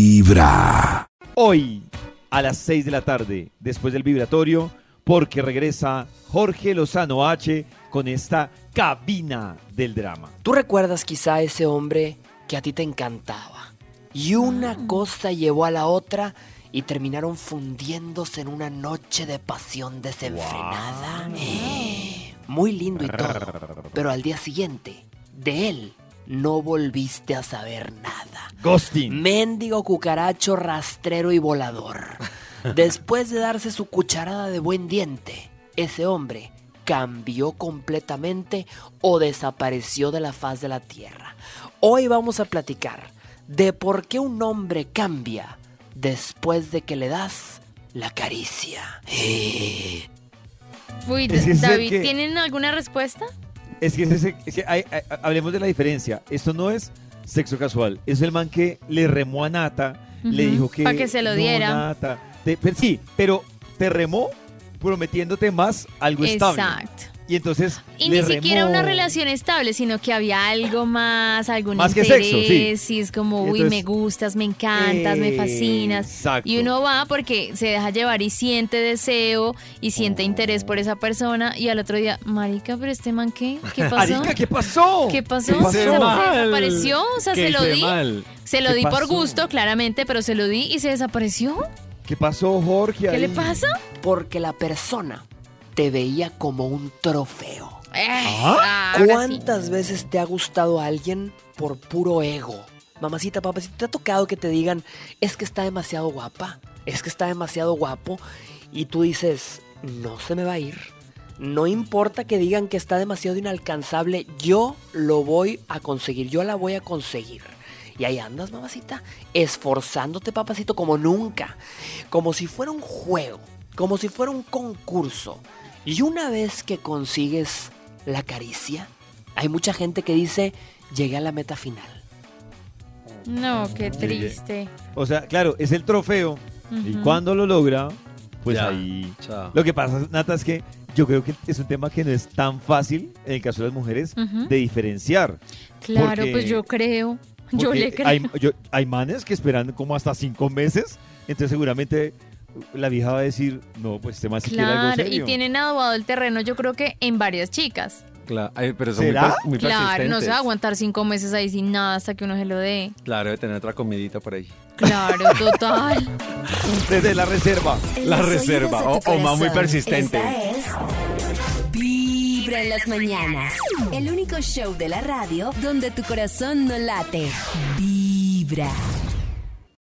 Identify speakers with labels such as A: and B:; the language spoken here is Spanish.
A: Vibra.
B: Hoy, a las 6 de la tarde, después del vibratorio, porque regresa Jorge Lozano H con esta cabina del drama.
C: Tú recuerdas quizá ese hombre que a ti te encantaba. Y una cosa llevó a la otra y terminaron fundiéndose en una noche de pasión desenfrenada. Eh, muy lindo y todo. Pero al día siguiente, de él, no volviste a saber nada.
B: Ghosting.
C: Mm. Mendigo cucaracho rastrero y volador. Después de darse su cucharada de buen diente, ese hombre cambió completamente o desapareció de la faz de la tierra. Hoy vamos a platicar de por qué un hombre cambia después de que le das la caricia.
D: Uy,
B: Es que es el
D: David,
B: que-
D: ¿tienen alguna respuesta?
B: Es que, es ese- es que hay- hay- hablemos de la diferencia. Esto no es sexo casual. Es el man que le remó a Nata, le
D: Ujú,
B: dijo que...
D: pa' que se lo
B: "No,
D: diera".
B: Nata, te- pero sí, pero te remó prometiéndote más algo estable.
D: Exacto.
B: Y entonces...
D: Y
B: le
D: ni siquiera
B: remó.
D: una relación estable, sino que había algo más, algún
B: Más que
D: interés,
B: sexo, sí.
D: y es como, uy,
B: Entonces-
D: me gustas, me encantas, me fascinas.
B: Exacto.
D: Y uno va porque se deja llevar y siente deseo y siente interés por esa persona y al otro día, marica, pero este man qué, ¿qué pasó?
B: Marica, ¿qué pasó?
D: ¿Qué pasó?
B: ¿Qué pasó?
D: Se,
E: Mal.
D: desapareció, o sea, se lo
E: hice
D: di,
E: mal.
D: se lo
B: ¿Qué
D: di por
B: pasó?
D: gusto, claramente, pero se lo di y se desapareció.
B: ¿Qué pasó, Jorge?
D: ¿Qué le
B: ahí?
D: pasa?
C: Porque la persona te veía como un trofeo.
D: Eh,
B: Ah,
D: ahora sí.
C: ¿Cuántas veces te ha gustado a alguien por puro ego? Mamacita, papacita, ¿te ha tocado que te digan, es que está demasiado guapa, es que está demasiado guapo? Y tú dices, no se me va a ir. No importa que digan que está demasiado inalcanzable, yo lo voy a conseguir, yo la voy a conseguir. Y ahí andas, mamacita, esforzándote, papacito, como nunca. Como si fuera un juego, como si fuera un concurso. Y una vez que consigues la caricia, hay mucha gente que dice, llegué a la meta final.
D: No, qué triste.
B: O sea, claro, es el trofeo. Y
D: Ujú.
B: cuando lo logra, pues
E: Ya.
B: ahí.
E: Chao.
B: Lo que pasa, Nata, es que yo creo que es un tema que no es tan fácil, en el caso de las mujeres,
D: Ujú.
B: de diferenciar.
D: Claro,
B: porque-
D: pues yo creo. Yo
B: Porque
D: le creo.
B: Hay, yo- hay manes que esperan como hasta cinco meses, entonces seguramente la vieja va a decir, no, pues este más si quiere algo
D: Claro, y
B: serio.
D: tienen adobado el terreno, yo creo que en varias chicas.
E: Cla- ay, pero son muy
B: ¿Será?
E: pers- muy,
D: Claro, no se va a
E: persistentes.
D: aguantar cinco meses ahí sin nada hasta que uno se lo dé.
E: Claro, debe tener otra comidita por ahí.
D: Claro, total.
B: Desde la reserva.
F: En
E: La
F: los
E: reserva,
F: oídos de tu
E: o- o más muy
F: corazón.
E: persistente.
F: Esta es Vibra en las mañanas. El único show de la radio donde tu corazón no late. Vibra.